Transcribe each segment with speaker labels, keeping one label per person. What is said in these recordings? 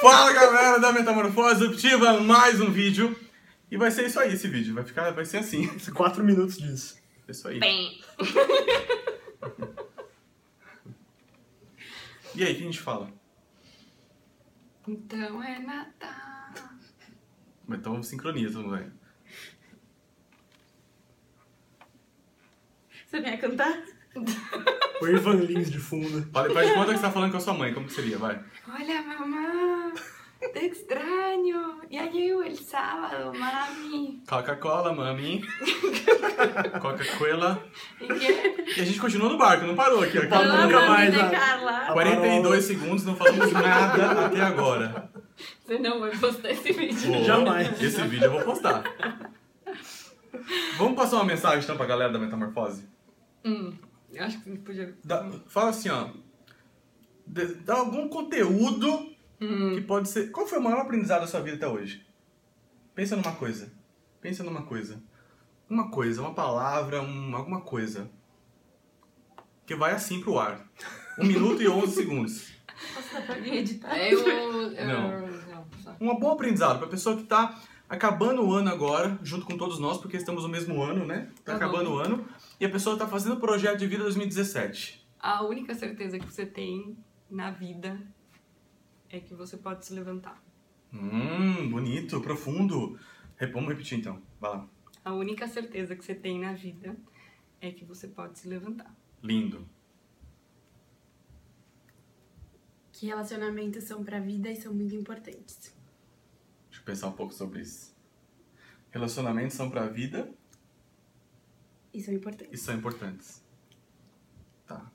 Speaker 1: Fala galera da Metamorfose Optiva, mais um vídeo. E vai ser isso aí esse vídeo, vai ficar, vai ser assim.
Speaker 2: Quatro minutos disso.
Speaker 1: É isso aí.
Speaker 3: Bem,
Speaker 1: E aí, o que a gente fala?
Speaker 3: então é Natal.
Speaker 1: Mas Então sincroniza, moleque.
Speaker 4: Você vem a cantar?
Speaker 2: O Ivan Lins de fundo.
Speaker 1: Fala, faz de conta que você tá falando com a sua mãe, como que seria? Vai.
Speaker 3: Olha, mamá, tá te extraño. Ya llegó el sábado, mami.
Speaker 1: Coca-Cola, mami. Coca-Cola.
Speaker 3: E que-
Speaker 1: E a gente continua no barco, não parou aqui. ó.
Speaker 2: Tá
Speaker 4: Olá,
Speaker 2: nunca
Speaker 4: mami
Speaker 2: mais,
Speaker 4: de
Speaker 2: a-
Speaker 4: Carla.
Speaker 2: a-
Speaker 1: 42 segundos, não falamos nada até agora.
Speaker 2: Tá.
Speaker 3: Você não vai postar esse vídeo.
Speaker 1: Vou.
Speaker 2: Jamais.
Speaker 1: Esse vídeo eu vou postar. Vamos passar uma mensagem então pra galera da Metamorfose?
Speaker 3: Hum, eu acho que você podia.
Speaker 1: Dá- fala assim, ó. De- dá algum conteúdo que pode ser. Qual foi o maior aprendizado da sua vida até hoje? Pensa numa coisa. Pensa numa coisa. Uma coisa, uma palavra, um- alguma coisa. Que vai assim pro ar. 1 minuto e 11 segundos.
Speaker 4: Nossa, dá pra alguém editar?
Speaker 3: É, Eu. eu
Speaker 1: Não.
Speaker 3: não, só.
Speaker 1: um bom aprendizado pra pessoa que tá acabando o ano agora, junto com todos nós, porque estamos no mesmo ano, né? Tá
Speaker 3: Uhum.
Speaker 1: acabando o ano. E a pessoa tá fazendo o projeto de vida 2017.
Speaker 3: A única certeza que você tem na vida é que você pode se levantar.
Speaker 1: Hum, bonito, profundo. Rep- Vamos repetir então. Vai lá.
Speaker 3: A única certeza que você tem na vida é que você pode se levantar.
Speaker 1: Lindo.
Speaker 4: Que relacionamentos são pra vida e são muito importantes.
Speaker 1: Deixa eu pensar um pouco sobre isso. Relacionamentos são pra vida
Speaker 4: E são importantes.
Speaker 1: e são importantes. Tá.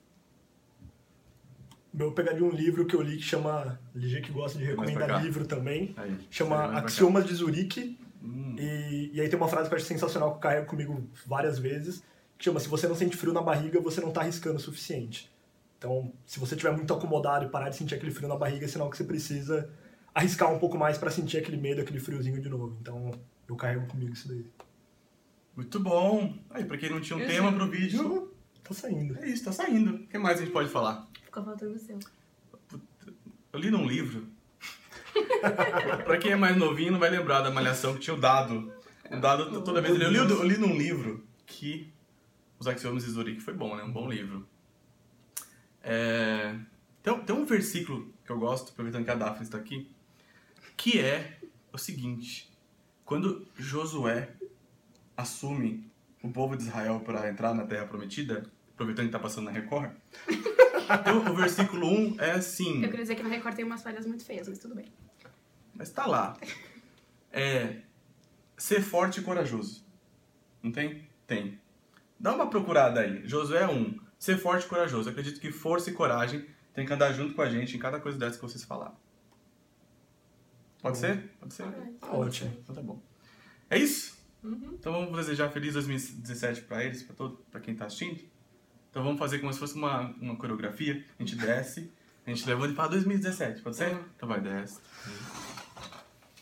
Speaker 2: Meu, eu pegaria um livro que eu li que chama. LG que gosta de
Speaker 1: Mais pra cá.
Speaker 2: recomendar livro também.
Speaker 1: Aí. Vai
Speaker 2: Chama
Speaker 1: pra cá.
Speaker 2: Axiomas de Zurique.
Speaker 1: Hum,
Speaker 2: E, e aí tem uma frase que eu acho sensacional que caiu comigo várias vezes. Que chama: Se você não sente frio na barriga, você não tá arriscando o suficiente. Então, se você estiver muito acomodado e parar de sentir aquele frio na barriga, é sinal que você precisa arriscar um pouco mais pra sentir aquele medo, aquele friozinho de novo. Então, eu carrego comigo isso daí.
Speaker 1: muito bom. Aí, pra quem não tinha um
Speaker 3: Eu
Speaker 1: tema
Speaker 3: sei.
Speaker 1: pro vídeo,
Speaker 2: Ju, tá saindo.
Speaker 1: é isso, tá saindo. O que mais a gente pode falar?
Speaker 4: Ficou faltando o seu.
Speaker 1: Eu li num livro. pra quem é mais novinho, não vai lembrar da malhação que tinha o dado. O dado, toda vez. Eu li, eu li num livro que. Os Axiomas de Zurique foi bom, né? Um bom livro. É, Tem, tem um versículo que eu gosto, aproveitando que a Daphne está aqui, que é o seguinte: quando Josué assume o povo de Israel para entrar na Terra Prometida, aproveitando que tá passando na Record, então, o versículo 1 é assim.
Speaker 4: Eu queria dizer que na Record tem umas falhas muito feias, mas tudo bem.
Speaker 1: Mas tá lá. É. Ser forte e corajoso. Não tem? Tem. Dá uma procurada aí. Josué 1. Ser forte e corajoso. Acredito que força e coragem tem que andar junto com a gente em cada coisa dessa que vocês falaram. Pode
Speaker 2: Tá bom.
Speaker 1: ser? Pode ser?
Speaker 2: Tá ótimo.
Speaker 1: Então tá bom. É isso?
Speaker 3: Uhum.
Speaker 1: Então vamos desejar feliz 2017 pra eles, pra todo, para quem tá assistindo. Então vamos fazer como se fosse uma, uma coreografia. A gente desce, a gente levanta e fala 2017, pode ser? Então vai, desce.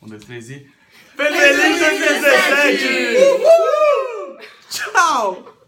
Speaker 1: Um, dois, três e. Feliz 2017! Uhul! Tchau!